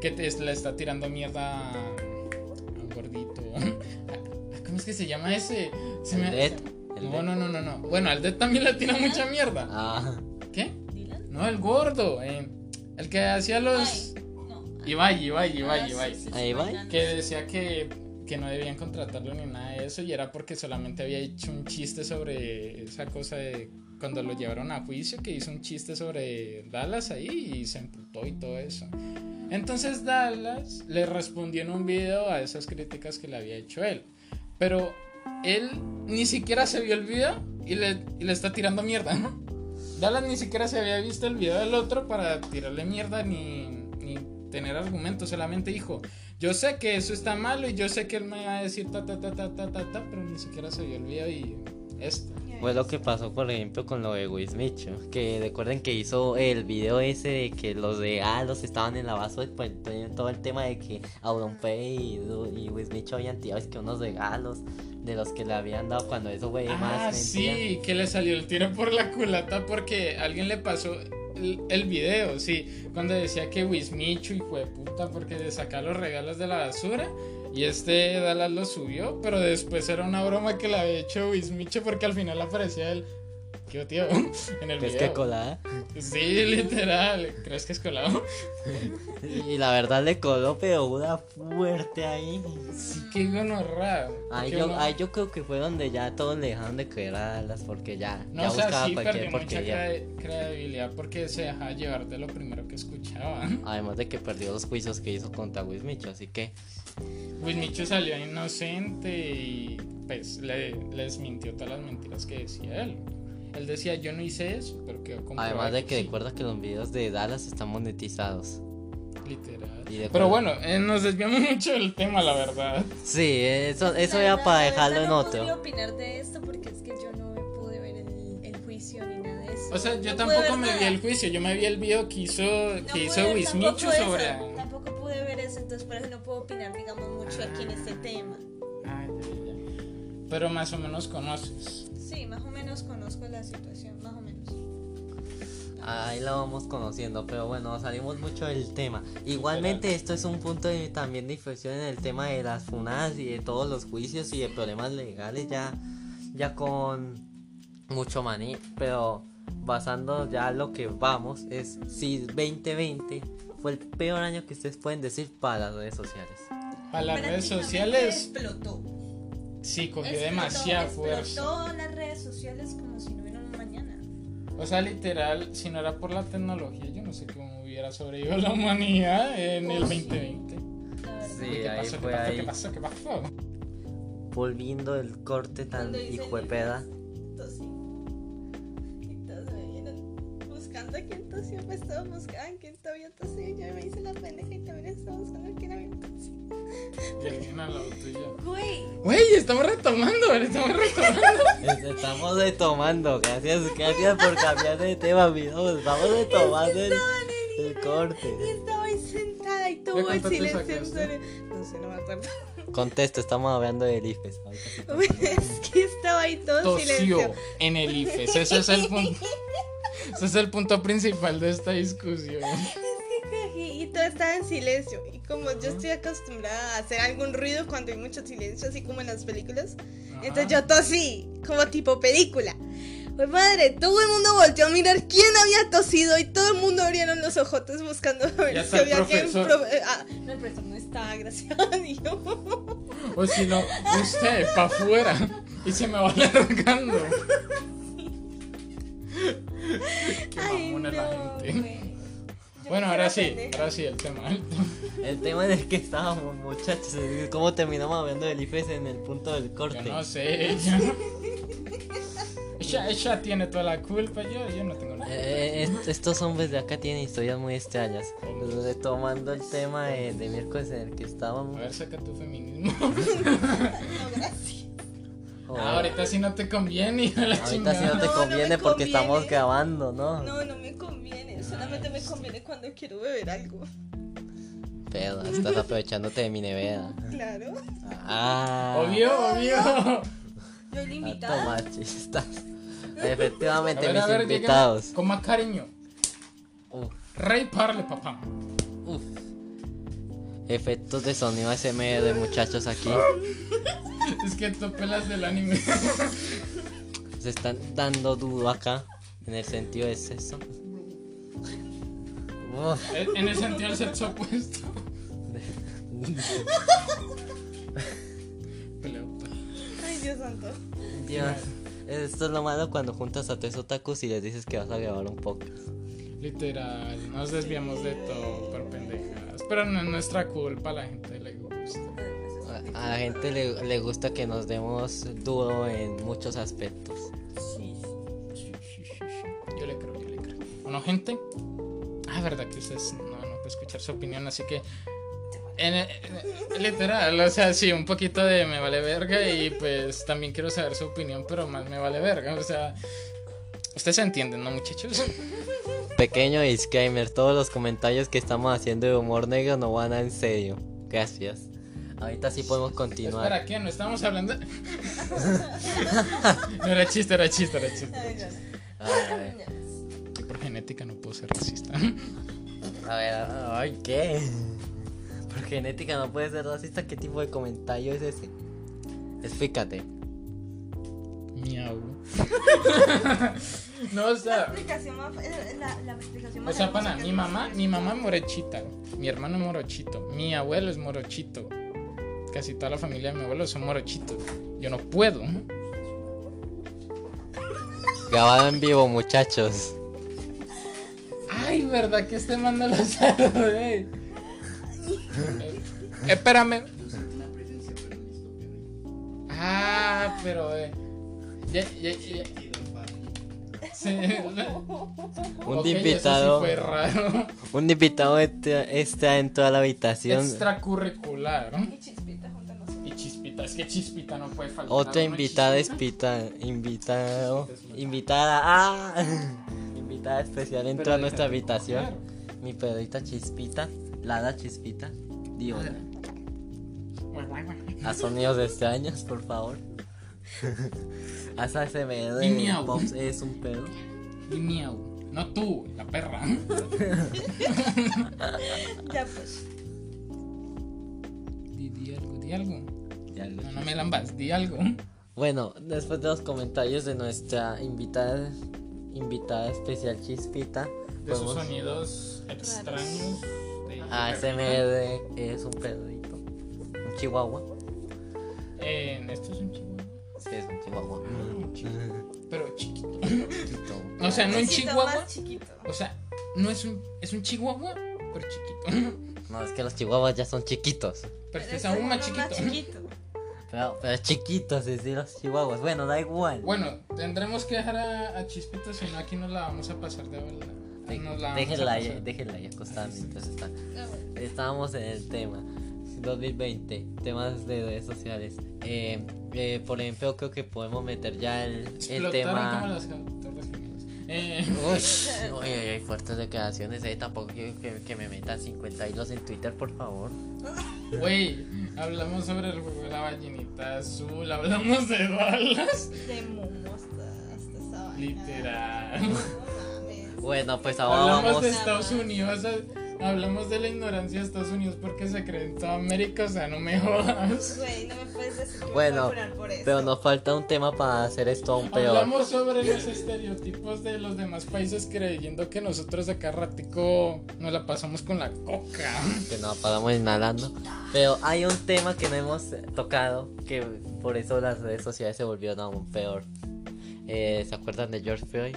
B: que te, le está tirando mierda a, a un gordito. A- a- ¿Cómo es que se llama ese? Se me-
A: El Dead. El
B: no,
A: Dead.
B: no, no, no, no. Bueno, al Dead también le tira mucha mierda.
A: Ah.
B: ¿Qué?
C: Dylan.
B: No, el gordo. eh, el que hacía los...
C: No.
B: Ibai, Ibai,
C: Ah,
B: Ibai,
C: sí,
B: Ibai.
C: sí, sí,
A: Ahí va.
C: bailando.
B: Que decía que, que no debían contratarlo ni nada de eso y era porque solamente había hecho un chiste sobre esa cosa de cuando lo llevaron a juicio, que hizo un chiste sobre Dallas ahí y se emputó y todo eso. Entonces Dallas le respondió en un video a esas críticas que le había hecho él. Pero él ni siquiera se vio el video y le, y le está tirando mierda. Dallas ni siquiera se había visto el video del otro para tirarle mierda ni, ni tener argumentos. Solamente dijo, yo sé que eso está malo y yo sé que él me va a decir ta ta ta ta ta ta, ta pero ni siquiera se vio el video y esto.
A: Fue Pues lo que pasó, por ejemplo, con lo de Wismicho. Que recuerden que hizo el video ese de que los de Alos estaban en la basura. Pues tenían todo el tema de que Auronpe y, Du- y Wismicho habían tirado es que unos regalos de los que le habían dado cuando eso fue
B: Ah,
A: más mentira.
B: sí, que le salió el tiro por la culata porque alguien le pasó el, el video, sí, cuando decía que Wismichu, hijo de puta, porque le sacaba los regalos de la basura. Y este Dallas lo subió, pero después era una broma que le había hecho Wismichu porque al final aparecía él. ¿Qué tío? En el
A: Pues Que es
B: video.
A: que colada.
B: Sí, literal. ¿Crees que es colado?
A: Y la verdad le coló, pero una fuerte ahí.
B: Sí, qué gonorra.
A: Ahí
B: Qué
A: yo,
B: gonorra.
A: ahí yo creo que fue donde ya todos le dejaron de creer a Alas porque ya,
B: No,
A: ya
B: o sea,
A: buscaba
B: sí
A: cualquier
B: perdió mucha
A: porquería.
B: cre- credibilidad porque se dejaba llevar de lo primero que escuchaba.
A: Además de que perdió los juicios que hizo contra Wismicho, así que.
B: Wismichu salió inocente y pues le, les mintió todas las mentiras que decía él. Él decía, yo no hice eso, pero quedó comprobado
A: Además de que
B: sí,
A: recuerda que los videos de Dallas están monetizados.
B: Literal.
A: y de
B: Pero
A: acuerdo.
B: bueno, eh, nos desviamos mucho del tema, la verdad.
A: Sí, eso, eso
C: La
A: era
C: verdad,
A: para
C: la verdad
A: dejarlo en
C: no podría
A: otro.
C: opinar de esto porque es que yo no pude ver el, el juicio ni nada de eso.
B: O sea, yo
C: No pude
B: tampoco
C: ver
B: me
C: nada.
B: vi el juicio, yo me vi el video que hizo,
C: No
B: que
C: pude
B: hizo
C: ver
B: Wismichu
C: tampoco
B: sobre...
C: eso, Tampoco pude ver eso, entonces por eso no puedo opinar, digamos, mucho aquí en este tema.
B: Ah, ya, ya. Pero más o menos conoces.
C: Sí, más o menos conozco la situación, más o menos.
A: Ahí lo vamos conociendo, pero bueno, salimos mucho del tema. Igualmente, esto es un punto de- también de inflexión en el tema de las funadas y de todos los juicios y de problemas legales ya, ya con mucho maní. Pero basando ya lo que vamos es si 2020 fue el peor año que ustedes pueden decir para las redes sociales.
B: Para las redes
C: Prácticamente
B: sociales,
C: Explotó.
B: sí, cogió
C: Explotó,
B: demasiada fuerza.
C: Explotó las redes sociales como si no hubiera un mañana.
B: O sea, literal, si no era por la tecnología, yo no sé cómo hubiera sobrevivido la humanidad en el
C: Oh, sí.
B: 2020.
C: la verdad.
A: Sí,
B: ¿Qué
A: ahí
B: pasó? ¿Qué
A: fue
B: pasó?
A: ahí.
B: ¿Qué pasó? ¿Qué pasó?
A: Volviendo el corte tan
C: Cuando hice
A: hijuepeda.
C: el tosi. Y todos me vieron buscando a quién tosía, pues todos buscaban quién todavía tosía. Yo me hice la pendeja y también estaba buscando a quién había tosido.
B: Y alguien al lado tuyo.
C: Güey,
B: Güey, estamos retomando, estamos retomando.
A: Estamos retomando, gracias, gracias por cambiar de tema, amigos. Estamos retomando el, el
C: y
A: corte.
C: estaba ahí sentada y
B: ¿De
C: todo el
B: cuánto te
C: silencio.
B: sacaste?
C: absoluto. No sé, no me acuerdo.
A: Contesto, estamos hablando del IFES. ahorita sí
C: Güey,
A: contesto.
C: es que estaba ahí todo en
B: Tosió
C: silencio.
B: en el IFES. Ese es el punto. Ese es el punto principal de esta discusión.
C: Y, y todo estaba en silencio. Y como yo estoy acostumbrada a hacer algún ruido cuando hay mucho silencio, así como en las películas, Entonces yo tosí, como tipo película. Pues madre, todo el mundo volteó a mirar quién había tosido y todo el mundo abrieron los ojotes buscando a
B: Ya
C: ver si
B: está el
C: había alguien.
B: profesor.
C: pro- eh, ah, no, el profesor no estaba, gracias a Dios.
B: O si no, usted, pa' afuera. Y se me va alargando. Qué
C: Ay,
B: mamona la
C: no,
B: gente.
C: güey. Yo
B: Bueno,
C: me
B: ahora
C: hice la
B: sí,
C: pendeja.
B: ahora sí, el tema. el tema.
A: El tema es que estábamos, muchachos. ¿Cómo terminamos hablando del IFES en el punto del
B: Yo
A: corte?
B: no sé, ella. Ella, ella tiene toda la culpa, yo, yo no tengo nada.
A: Eh, est- estos hombres de acá tienen historias muy extrañas. Retomando el tema de, de miércoles en el que
B: A
A: estábamos.
B: ver, saca tu feminismo.
C: No, gracias.
B: Ah, ahorita sí no te conviene, hijo de la
A: Oh, ahorita sí
B: chingada.
A: no te
C: No, no me
A: conviene porque
C: conviene.
A: estamos grabando, ¿no?
C: No, no me conviene. Solamente me conviene cuando quiero beber algo.
A: Pero estás aprovechándote de mi nevera.
C: Claro.
A: Ah.
B: Obvio, obvio.
C: Yo le
A: Ah,
C: invitaba.
A: toma, chistas. Efectivamente,
B: A ver,
A: mis
B: a ver,
A: invitados.
B: dígame, Con más cariño.
A: Uf,
B: Rey parle, papá.
A: uf. Efectos de sonido SMR, muchachos, aquí.
B: Es que tú pelas del anime.
A: Se están dando duro acá. En el sentido de sexo. Uf,
B: En el sentido del sexo opuesto. Pelota.
C: Ay, Dios santo.
A: Dios. Esto es lo malo cuando juntas a tres otakus y les dices que vas a grabar un podcast.
B: Literal, nos desviamos de todo por pendejadas. Pero no es nuestra culpa, a la gente le gusta.
A: A- A la gente le, le gusta que nos demos duro en muchos aspectos.
B: Yo le creo. Bueno, gente. Ah, verdad que ustedes no, no puedo escuchar su opinión, así que. en- en- literal, o sea, sí, un poquito de me vale verga y pues también quiero saber su opinión, pero más me vale verga, o sea. Ustedes se entienden, ¿no, muchachos?
A: Pequeño disclaimer, todos los comentarios que estamos haciendo de humor negro no van a en serio. Gracias. Ahorita sí podemos
B: Espera,
A: continuar.
B: Pues, ¿qué? ¿No estamos hablando? no era chiste, era chiste, era chiste.
C: Ay, no.
A: A ver,
B: Yo por genética no puedo ser racista.
A: a ver, ay, ¿qué? Por genética no puede ser racista, ¿qué tipo de comentario es ese? Explícate.
B: Miau. no, o
C: La
B: sea.
C: explicación más. eh, La, la
B: O
C: explicación más
B: sea, pana,
C: hermosa que
B: mi
C: es
B: mamá,
C: posible.
B: mi mamá es morochita, mi hermano es morochito, mi abuelo es morochito. Casi toda la familia de mi abuelo son morochitos. Yo no puedo.
A: Grabado en vivo, muchachos.
B: Ay, ¿verdad que este manda los saludé? Eh, espérame. Ah, pero eh. Ya, ya, ya. Sí,
A: Un
B: ok,
A: invitado.
B: Eso sí fue raro.
A: Un invitado este, extra, extra en toda la habitación.
B: Extracurricular. ¿no?
C: Y chispita juntándose.
B: Y chispita, es que chispita no puede faltar.
A: Otra
B: ¿no?
A: invitada
B: Chispita.
A: espita, invitado, invitada, ah, invitada especial entró a nuestra habitación. Mi perrita Chispita, Lada Chispita, dio
B: Guau, guau, guau.
A: a sonidos extraños, por favor. Haz ASMR de
B: Y miau.
A: Pops es un perro.
B: Y miau. No tú, la perra.
C: Ya pues.
B: Di, di algo, di algo.
A: Ya lo-
B: No, no me lambas, di algo.
A: Bueno, después de los comentarios de nuestra invitada, invitada especial Chispita,
B: De sus
A: podemos-
B: sonidos extraños. de-
A: Ah, ASMR es un perrito, un chihuahua.
B: Eh, esto es un chihuahua.
A: Sí, es un chihuahua.
B: un chihuahua. Pero chiquito.
A: Chiquito.
B: O sea, no un
C: Chiquito,
B: chihuahua.
C: más chiquito.
B: O sea, no es un. Es un chihuahua, pero chiquito.
A: No, es que los chihuahuas ya son chiquitos.
B: Pero este es
C: Pero
B: aún más
C: es uno
B: chiquito.
A: Pero, pero chiquitos, es decir, los chihuahuas. Bueno, da igual.
B: Bueno, tendremos que dejar a, a Chispita, si no aquí nos la vamos a pasar de verdad.
A: De-
B: Nos la vamos a
A: déjenla ahí,
B: pasar.
A: déjenla ahí acostada mientras está.
C: Ah, bueno.
A: Estábamos en el tema 2020, temas de redes sociales. Eh, eh, por ejemplo, creo que podemos meter ya el, el
B: Explotaron como
A: tema.
B: las torres gemelas. Eh,
A: Uy, uy, uy, uy, fuertes declaraciones. Eh, tampoco quiero que, que me metan 52 en Twitter, por favor.
B: Güey, hablamos sobre el juego de la ballenita azul, hablamos de balas.
C: De momo hasta, hasta esa vaina.
B: Literal.
C: No mames.
A: Bueno, pues ahora
B: Hablamos
A: vamos.
B: de Estados Unidos, eh, hablamos de la ignorancia de Estados Unidos porque se cree en toda América, o sea, no me jodas.
C: Güey, no me puedes decir que me
A: Bueno,
C: voy a curar por eso.
A: Pero nos falta un tema para hacer esto aún peor.
B: Hablamos sobre los estereotipos de los demás países creyendo que nosotros acá ratico nos la pasamos con la coca.
A: que no paramos inhalando. Pero hay un tema que no hemos tocado, que por eso las redes sociales se volvieron aún peor. Eh, ¿Se acuerdan de George Floyd?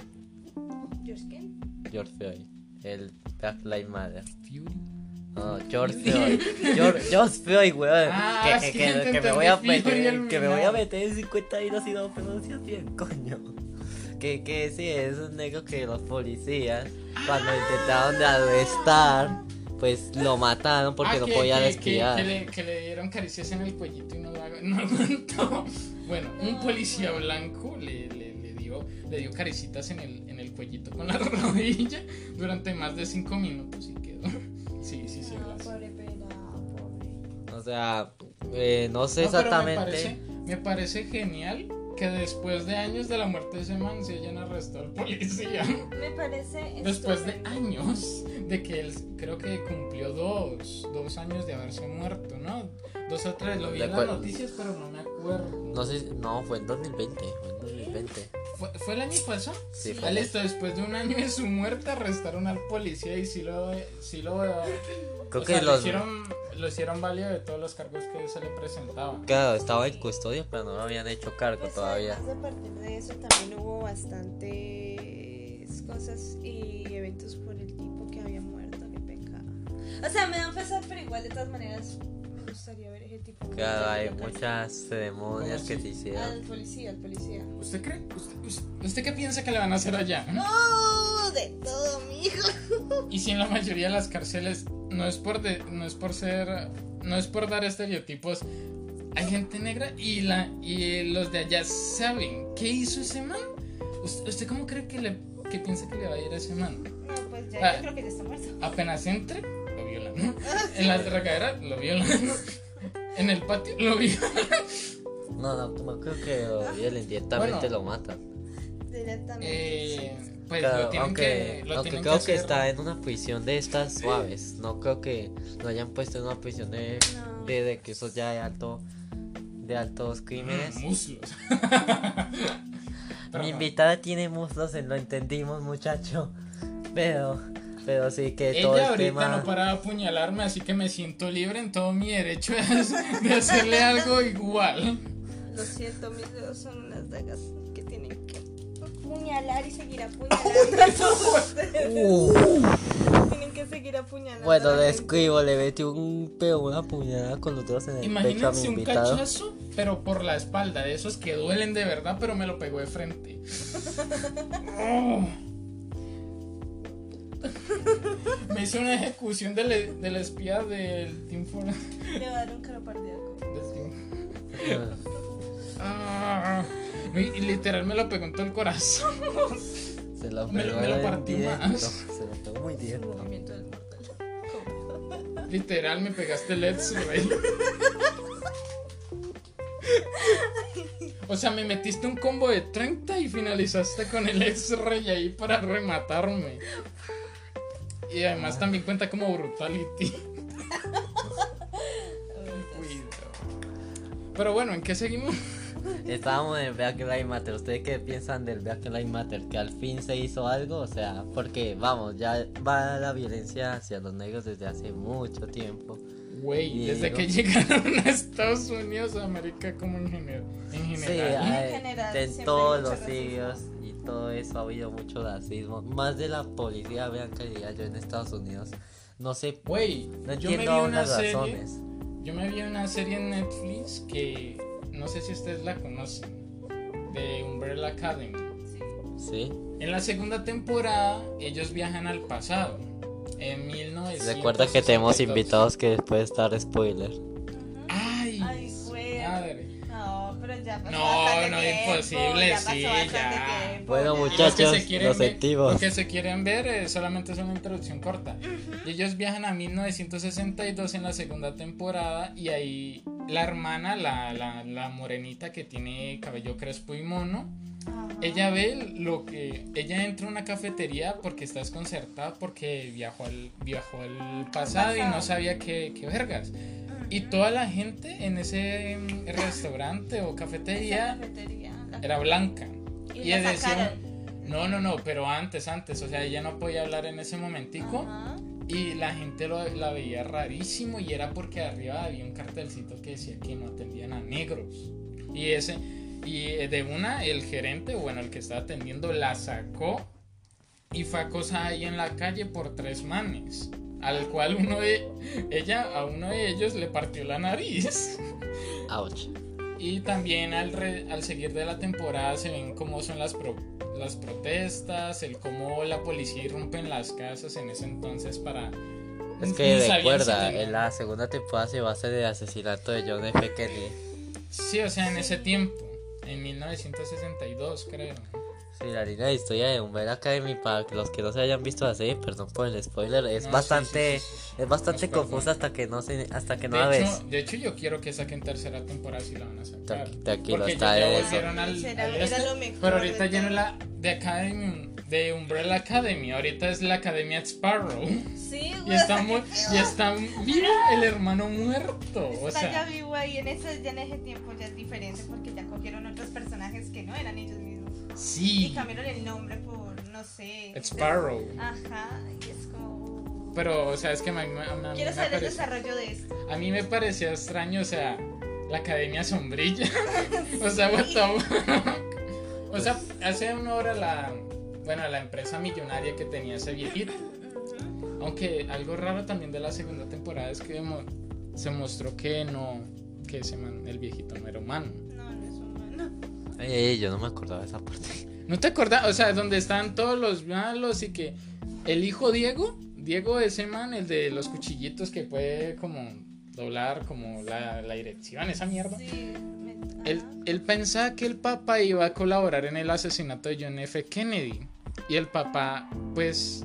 C: George Ken.
A: George Floyd, el Black Lives Matter.
B: Fury.
A: No, George Floyd. George, George Floyd, weón.
B: Ah,
A: que,
B: es
A: que-
B: que
A: que-
B: te
A: que me
B: entendí,
A: voy a
B: Fury,
A: meter,
B: el
A: que me voy a
B: minado.
A: meter en 50 hilos y no pronuncias bien, coño. Que, que sí, es un negro que los policías, cuando intentaron de arrestar, pues lo mataron porque
B: Ah,
A: no
B: que-
A: podía
B: que-
A: respirar.
B: Que, que le, que le dieron caricias en el cuellito y no, la- no aguantó. Bueno, un policía blanco le, le- le dio, le dio caricitas en el, en el cuellito con la rodilla durante más de cinco minutos y quedó. Sí, sí, sí.
C: Ah,
B: las-
C: pobre pelado, pobre.
A: O sea, eh, no sé
B: No, pero Me parece,
A: exactamente.
B: me parece genial que después de años de la muerte de ese man se hayan arrestado al policía.
C: Me parece.
B: Después de
C: estúpido.
B: años de que él creo que cumplió dos, dos años de haberse muerto, ¿no? Dos o tres, lo vi
A: De
B: en las
A: acuerdo.
B: noticias, pero no me acuerdo.
A: No sé, no, fue en 2020. Fue en 2020.
B: ¿Fue, fue el año pasado?
A: Sí,
B: Ah,
A: fue.
B: listo, después de un año de su muerte arrestaron al policía y sí lo... Sí lo
A: Creo
B: o
A: que
B: sea, lo
A: los.
B: hicieron, lo hicieron válido de todos los cargos que se le presentaban.
A: Claro, estaba en custodia, pero no lo habían hecho cargo
C: Pues,
A: todavía.
C: Además, a partir de eso también hubo bastantes cosas y eventos por el tipo que había muerto, que pecado. O sea, me dan pesar, pero igual de todas maneras me gustaría ver ese tipo.
A: Claro, hay
C: Local.
A: muchas ceremonias
B: ¿Cómo
A: que
B: así?
A: se
C: Al
A: hicieron.
C: policía, al policía.
B: ¿Usted cree? ¿Usted, usted- usted qué piensa que le van a hacer allá?
C: ¡No! ¡Oh! De todo,
E: hijo.
B: Y si en la mayoría de las cárceles no es por de- no es por ser no es por dar estereotipos hay gente negra y la y los de allá saben qué hizo ese man. ¿Usted, usted cómo cree que le que piensa que le va a ir a ese man?
C: No, pues ya,
B: Ah.
C: yo creo que ya está muerto. Ah,
B: Apenas entre lo violan. En la regadera lo violan. En el patio lo violan.
A: No, no, no creo que lo violen, directamente
B: Bueno.
A: lo matan.
C: Directamente.
B: Eh, pues
A: Claro,
B: lo tienen
A: aunque
B: que lo
A: aunque
B: tienen
A: creo que,
B: hacer.
A: está en una prisión de estas suaves. No creo que lo hayan puesto en una prisión de,
C: No.
A: de, de que eso ya de alto de altos crímenes.
B: Mm, muslos. Pero
A: Mi
B: no.
A: invitada tiene muslos, eh, lo entendimos muchacho. Pero, pero sí que todo este
B: Ella
A: el
B: ahorita
A: tema.
B: no para de apuñalarme, así que me siento libre en todo mi derecho de hacer- de hacerle algo igual.
C: Lo siento, mis dedos son unas dagas que tienen que apuñalar y seguir apuñalando a todos ustedes.
A: Uh,
C: Tienen que seguir apuñalando.
A: bueno,
C: a la
A: le
C: gente.
A: escribo, le metí un pero una puñalada con los dedos en el pecho a mi
B: Imagínense un
A: invitado.
B: cachazo, pero por la espalda, de esos que duelen de verdad, pero me lo pegó de frente. Oh. Me hizo una ejecución del, del espía del Team Fortress-
C: Le va a dar un caro cardíaco.
B: del Team- Ah. y literal me lo pegó en todo el corazón.
A: Se lo
B: Me lo-
A: pegó
B: me lo
A: en
B: partí
A: directo,
B: más.
A: Se lo pegó muy
C: El
A: directo.
C: movimiento del mortal.
B: Literal me pegaste el Epsilon. O sea, me metiste un combo de 30 y finalizaste con el X-Ray ahí para rematarme. Y además también cuenta como brutality. Cuidado. Pero bueno, ¿en qué seguimos?
A: Estábamos en el Black Lives Matter. ¿Ustedes qué piensan del Black Lives Matter? ¿Que al fin se hizo algo? O sea, porque vamos, ya va la violencia hacia los negros desde hace mucho tiempo.
B: Güey, desde
A: Diego.
B: que llegaron a Estados Unidos, a América como en general. En
A: Sí,
B: general.
A: hay-
C: general,
A: de
C: siempre hay
A: todos
C: mucho
A: los
C: racismo.
A: siglos y todo eso ha habido mucho racismo. Más de la policía blanca, diría yo, en Estados Unidos. No sé,
B: Güey,
A: no
B: yo me
A: entiendo
B: vi
A: eh. aún
B: una
A: las
B: serie.
A: razones.
B: Yo me vi una serie en Netflix que no sé si ustedes la conocen, de Umbrella Academy.
A: Sí,
B: En la segunda temporada ellos viajan al pasado, en 1900.
A: recuerda que tenemos invitados que después estar spoiler.
B: Ay,
C: Ay, güey.
B: madre.
C: No, pero ya pasó
B: No,
C: bastante
B: no,
C: tiempo,
B: imposible,
C: ya pasó
B: sí,
C: bastante
B: ya.
C: tiempo,
A: Bueno,
C: ya.
A: muchachos.
B: Los que se quieren
A: los
B: ver-
A: activos.
B: Lo que se quieren ver eh, solamente es una introducción corta. Y ellos viajan a 1962 en la segunda temporada y ahí la hermana, la, la, la morenita que tiene cabello crespo y mono,
C: Ajá.
B: Ella ve lo que. Ella entra a una cafetería porque está desconcertada porque viajó al, viajó al pasado y no sabía qué, qué vergas. Y toda la gente en ese mm, restaurante o
C: Esa
B: cafetería
C: cafetería, la-
B: era blanca.
C: Y,
B: ella
C: la
B: decía-
C: sacaron.
B: No, no, no, pero antes, antes. O sea, ella no podía hablar en ese momentico.
C: Ajá.
B: Y la gente lo- la veía rarísimo y era porque arriba había un cartelcito que decía que no atendían a negros. Y ese y eh, de una el gerente, bueno, el que estaba atendiendo la sacó y fue acosada ahí en la calle por tres manes, al cual uno de ella a uno de ellos le partió la nariz.
A: Ouch.
B: Y también al, re- al seguir de la temporada se ven cómo son las, pro- las protestas, el cómo la policía irrumpe en las casas en ese entonces para...
A: Es
B: Ni
A: que
B: sabían
A: recuerda,
B: si tenían-
A: en la segunda temporada se basa en el asesinato de John F. Kennedy.
B: Sí, o sea, en ese tiempo, en 1962 creo.
A: Sí, la línea de historia de Umbrella Academy, para que los que no se hayan visto la serie, perdón por el spoiler, es
B: No, sí,
A: bastante,
B: sí, sí, sí, sí.
A: es bastante
B: Nos perdona.
A: confusa hasta que no se, hasta que no la
B: De hecho,
A: ves.
B: de hecho, yo quiero que saquen tercera temporada si la van a sacar.
A: Tranqui- tranquilo,
B: Porque
A: está
B: ya
A: en eso.
B: volvieron al,
C: Será-
B: al
C: era
B: este,
C: lo mejor
B: pero
C: de
B: ahorita ya no
C: todo.
B: la de Academy, de Umbrella Academy, ahorita es la Academia Sparrow.
C: Sí,
B: Y
C: güey.
B: está, mu- y está vivo el hermano muerto. O
C: Está ya
B: sea,
C: vivo ahí en ese, ya en ese tiempo ya es diferente porque ya cogieron otros personajes que no eran ellos mismos. Y
B: sí,
C: cambiaron el nombre por, no sé. este,
B: Sparrow.
C: Ajá, y es como.
B: Pero, o sea, es que a mí me- a mí Ah, me
C: Quiero saber el
B: parece-
C: desarrollo de esto.
B: a mí me parecía extraño, o sea, la academia sombrilla. o sea, what the fuck. O sea, hace una hora la. Bueno, la empresa millonaria que tenía ese viejito. Aunque algo raro también de la segunda temporada es que mo- se mostró que no. Que ese man- el viejito no era humano.
C: No, no es humano.
A: Ay, ay, yo no me acordaba de esa parte.
B: ¿No te acordás? O sea, donde están todos los malos y que El hijo Diego, Diego ese man, el de los cuchillitos que puede como doblar como la, la dirección, esa mierda.
C: Sí, me- ajá.
B: Él, él pensaba que el papá iba a colaborar en el asesinato de John F. Kennedy. Y el papá, pues,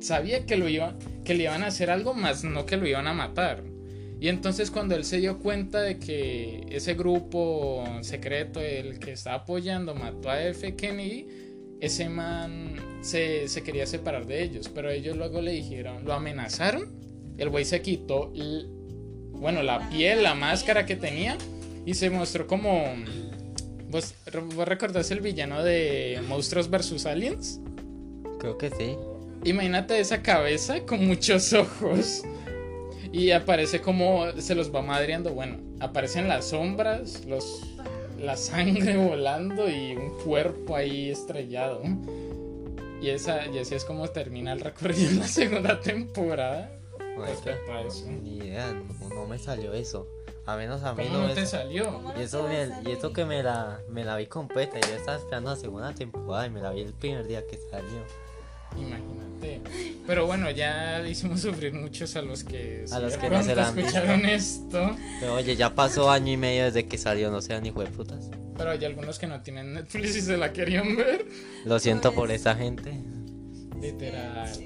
B: sabía que, lo iba, que le iban a hacer algo más, no que lo iban a matar. Y entonces cuando él se dio cuenta de que ese grupo secreto, el que estaba apoyando, mató a F. Kennedy, ese man se, se quería separar de ellos. Pero ellos luego le dijeron, lo amenazaron. El güey se quitó, l- bueno, la piel, la máscara que tenía. Y se mostró como. ¿Vos, vos recordás el villano de Monstruos vs. Aliens?
A: Creo que sí.
B: Imagínate esa cabeza con muchos ojos. Y aparece como se los va madreando. Bueno, aparecen las sombras, los, la sangre volando y un cuerpo ahí estrellado. Y, esa, y así es como termina el recorrido en la segunda temporada. Respecto a eso.
A: Ni idea, no, no me salió eso. A menos a mí
B: ¿Cómo
A: no
B: no
A: me
B: te
A: sa-
B: salió?
C: ¿Cómo no
A: Y
C: te
A: eso,
C: va a
A: me-
C: salir?
A: y eso que me la, me la vi completa. Yo estaba esperando la segunda temporada y me la vi el primer día que salió.
B: Imagínate. Pero bueno, ya hicimos sufrir muchos a los que,
A: A los
B: de
A: que no se
B: pronto
A: la han visto.
B: escucharon esto.
A: Pero oye, ya pasó año y medio desde que salió, no sean hijo de putas.
B: Pero hay algunos que no tienen Netflix y se la querían ver.
A: Lo siento por
C: Pues-
A: esa gente.
B: Literal.
C: Sí.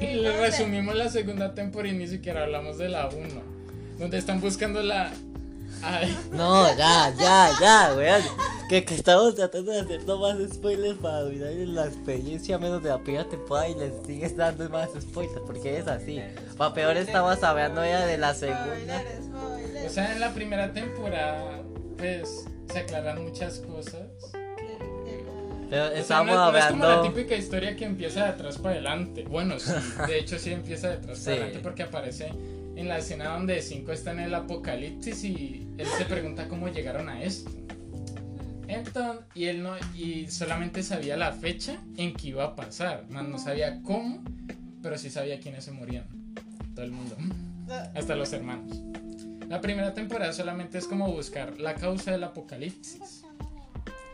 B: Y le resumimos la segunda temporada y ni siquiera hablamos de la 1. Donde están buscando la. Ay,
A: No, ya, ya, ya, weón. Que, que estamos tratando de hacer no más spoilers para olvidar la experiencia menos de la primera temporada y les sigues dando más spoilers, porque es así. Para peor estabas hablando ya de la segunda.
D: Spoiler,
B: o
D: spoiler.
B: sea, en la primera temporada, pues se aclaran muchas cosas.
A: Pero
B: O sea,
A: estábamos
B: no, no es como la
A: hablando.
B: típica historia que empieza de atrás para adelante. Bueno, sí, de hecho sí empieza de atrás
A: Sí.
B: para adelante porque aparece en la escena donde cinco está en el apocalipsis y él se pregunta cómo llegaron a esto. Entonces, y él no, y solamente sabía la fecha en que iba a pasar, más no sabía cómo, pero sí sabía quiénes se morían. Todo el mundo, hasta los hermanos. La primera temporada solamente es como buscar la causa del apocalipsis,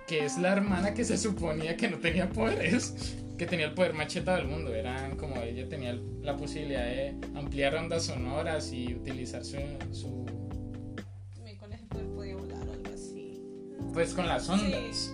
B: que es la hermana que se suponía que no tenía poderes, que tenía el poder macheta del mundo. Eran como ella tenía la posibilidad de ampliar ondas sonoras y utilizar su, su-
D: Mi conejo podía volar o algo así.
B: pues con las ondas.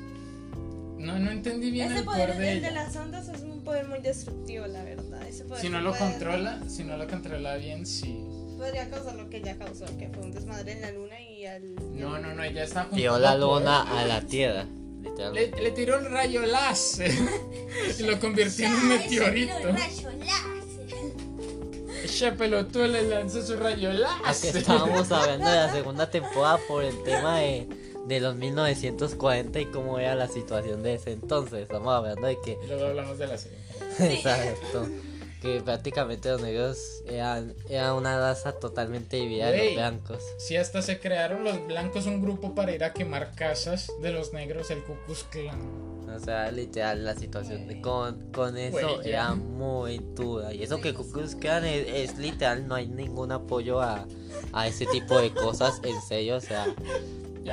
B: No, no entendí bien
C: Ese
B: el poder, de
C: el
B: ella.
C: de las ondas es un poder muy destructivo, la verdad. Ese poder
B: Si no
C: se
B: lo
C: puede-
B: controla, si no lo controla bien, sí.
D: Podría causar lo que ya causó, que fue un desmadre en la luna y al.
B: No, no, no, ella está junto
A: Tiró
B: a
A: la
B: poder.
A: lona a la tierra.
B: Le,
A: Literalmente.
B: le tiró el rayo láser y lo convirtió en un
E: Ya, ese
B: meteorito.
E: tiro rayo láser.
B: Ese pelotudo le lanzó su rayo
A: Es que
B: láser.
A: estábamos hablando de la segunda temporada por el tema de, de los 1940 y cómo era la situación de ese entonces. Estamos hablando de que
B: Luego hablamos de la serie.
A: Exacto. Que prácticamente los negros eran, eran una raza totalmente dividida de
B: Güey.
A: los blancos.
B: Sí, hasta se crearon los blancos un grupo para ir a quemar casas de los negros, el Ku Klux Klan.
A: O sea, literal, la situación de- con, con eso
B: Güey, ya.
A: era muy dura. Y eso que Ku Klux Klan es, es literal, no hay ningún apoyo a, a ese tipo de cosas, en serio, o sea,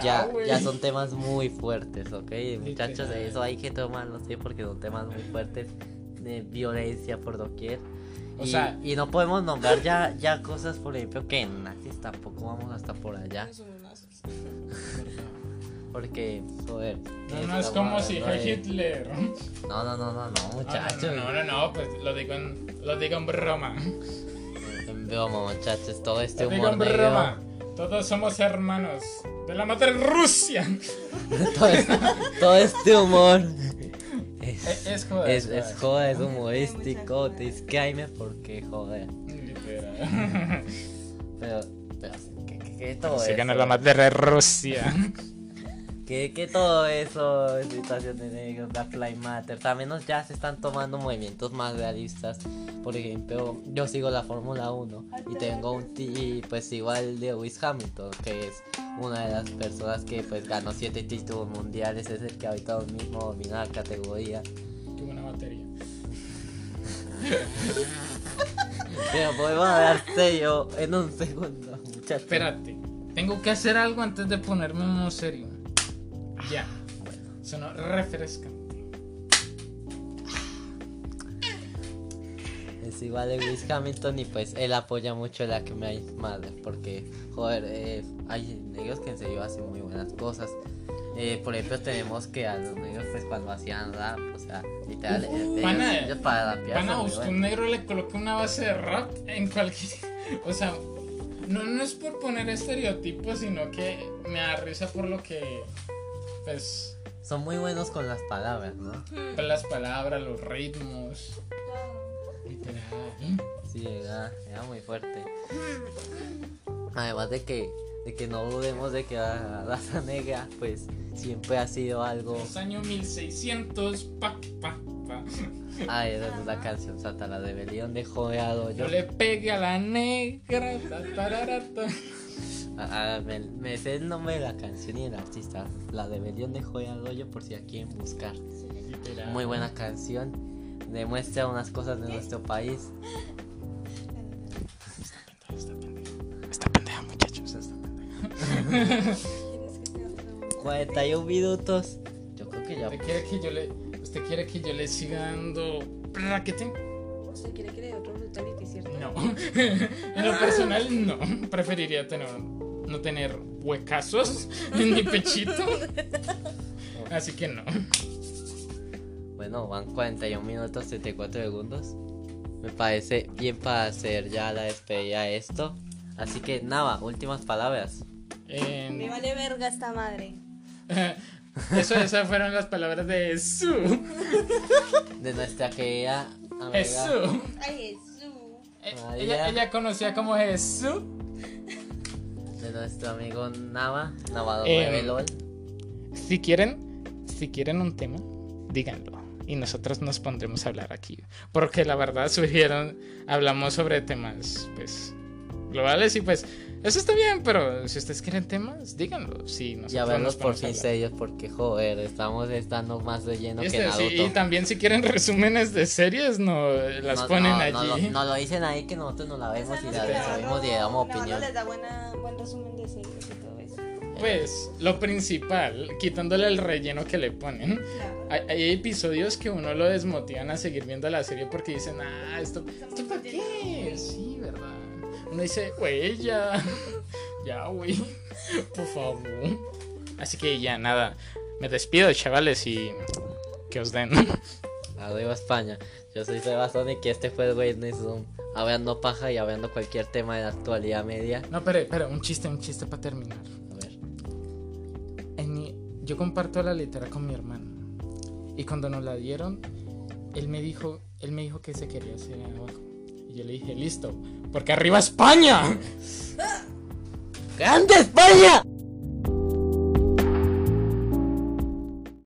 A: ya,
B: güey.
A: ya son temas muy fuertes, ¿ok? Muchachos,
B: Literal.
A: eso hay que tomarlo, sí, porque son temas muy fuertes de violencia por doquier.
B: O
A: y,
B: sea-
A: y no podemos nombrar ya, ya cosas, por ejemplo, que en nazis tampoco vamos hasta por allá. Porque, joder.
B: No,
A: eh,
B: no es
A: estamos
B: como si
A: hablando de-
B: Hitler. Ah,
A: No, no, no, no, no, muchachos.
B: No, no, no, no, pues lo digo en, lo digo en broma.
A: En broma, muchachos, todo este
B: Lo digo
A: humor
B: en
A: negro.
B: broma. Todos somos hermanos de la madre Rusia.
A: todo, este, todo este humor. Es,
B: Es, es joda,
A: es,
B: joda.
A: es joda, es
C: Hay
A: humorístico.
C: muchas
A: Disclaimer porque joder.
B: Literal.
A: Pero, pero, ¿qué, qué, qué todo
B: Se
A: eso?
B: gana la madre Rusia.
A: ¿Qué, qué todo eso? Situación de negros, Black Lives Matter. También nos- ya se están tomando movimientos más realistas. Por ejemplo, yo sigo la Fórmula 1 y tengo un ti- y pues igual de Lewis Hamilton, que es una de las personas que pues ganó siete títulos mundiales, es el que ahorita mismo domina la categoría.
B: Tuve una batería.
A: Pero podemos hablar serio en un segundo, muchachos.
B: Espérate, tengo que hacer algo antes de ponerme en modo serio. Ya. Sonó refrescante.
A: Es igual de Luis Hamilton y pues él apoya mucho la que me madre porque, joder, eh, hay negros que en serio hacen muy buenas cosas. Eh, por ejemplo, tenemos que a los negros pues cuando hacían rap, o sea, literal, eh, ellos-
B: pana,
A: ellos para rapear
B: Van a
A: son muy
B: buscar un
A: buenos.
B: negro le coloca una base de rap en cualquier. O sea, no, no es por poner estereotipos, sino que me da risa por lo que. Pues,
A: Son muy buenos con las palabras, ¿no?
B: pues las palabras, los ritmos. Literal.
A: Sí, era, era muy fuerte. Además de que, de que no dudemos de que la raza negra pues siempre ha sido algo...
B: Los años 1600, pa, pa, pa.
A: Ah, esa es la canción, Santa, la rebelión de Jodeado.
B: Yo le pegué a la negra. ta, tararata.
A: Ah, ah, me, me sé el nombre de la canción y el artista. La de Rebelión de Joya Arroyo por si la quieren buscar. Ah.
B: Literal.
A: Muy buena canción. Demuestra unas cosas de nuestro país.
B: Esta pendeja, esta pendeja, muchachos. Esta pendeja.
A: 41 minutos. Yo creo que ya.
B: ¿Usted quiere que yo le, usted quiere que yo le siga dando braquete?
D: ¿Usted quiere que le dé otro brutality, cierto?
B: No. en lo personal, no. Preferiría tener, no tener huecazos en mi pechito. Así que no.
A: Bueno, van 41 minutos 34 segundos. Me parece bien para hacer ya la despedida de esto. Así que nada, últimas palabras.
C: Me
B: En-
C: vale verga esta madre.
B: eso, esas fueron las palabras de su.
A: De nuestra querida amiga.
B: Jesús.
C: Ay, Jesús.
B: Eh,
A: María.
B: Ella, ella conocía como Jesús.
A: De nuestro amigo Nava. Nava
B: Eh,
A: 9 LOL.
B: Si quieren, si quieren un tema, díganlo. Y nosotros nos pondremos a hablar aquí. Porque la verdad surgieron, hablamos sobre temas, pues, globales y pues, eso está bien, pero si ustedes quieren temas, díganlo. Sí, nosotros
A: Ya vemos
B: nos
A: por
B: ponemos a hablar.
A: sellos porque joder, estamos estando más de lleno que
B: Este, sí,
A: Naruto.
B: y también si quieren resúmenes de series, no las
A: No-
B: ponen
A: no,
B: allí.
A: no lo- No, lo dicen ahí que nosotros no la vemos y la
C: Esa no se
A: resumimos
C: grabó,
A: y le damos
C: la banda
A: opinión.
C: les da buena, buen resumen de series y todo eso.
B: Pues, lo principal, quitándole el relleno que le ponen.
C: Claro.
B: Hay, hay episodios que uno lo desmotivan a seguir viendo la serie porque dicen, ah, esto, ¿esto para qué? Sí, ¿verdad? Uno dice, güey, ya, ya, güey, por favor. Así que ya, nada, me despido, chavales, y que os den.
A: Arriba España. Yo soy Sebastián y que este fue el Witness Room. Hablando paja y hablando cualquier tema de la actualidad media.
B: No, pero, pero, un chiste, un chiste para terminar.
A: A ver.
B: En mi- yo comparto la letra con mi hermano. Y cuando nos la dieron, él me dijo, él me dijo que se quería hacer abajo. Y yo le dije, listo, porque arriba España.
A: ¡Grande España!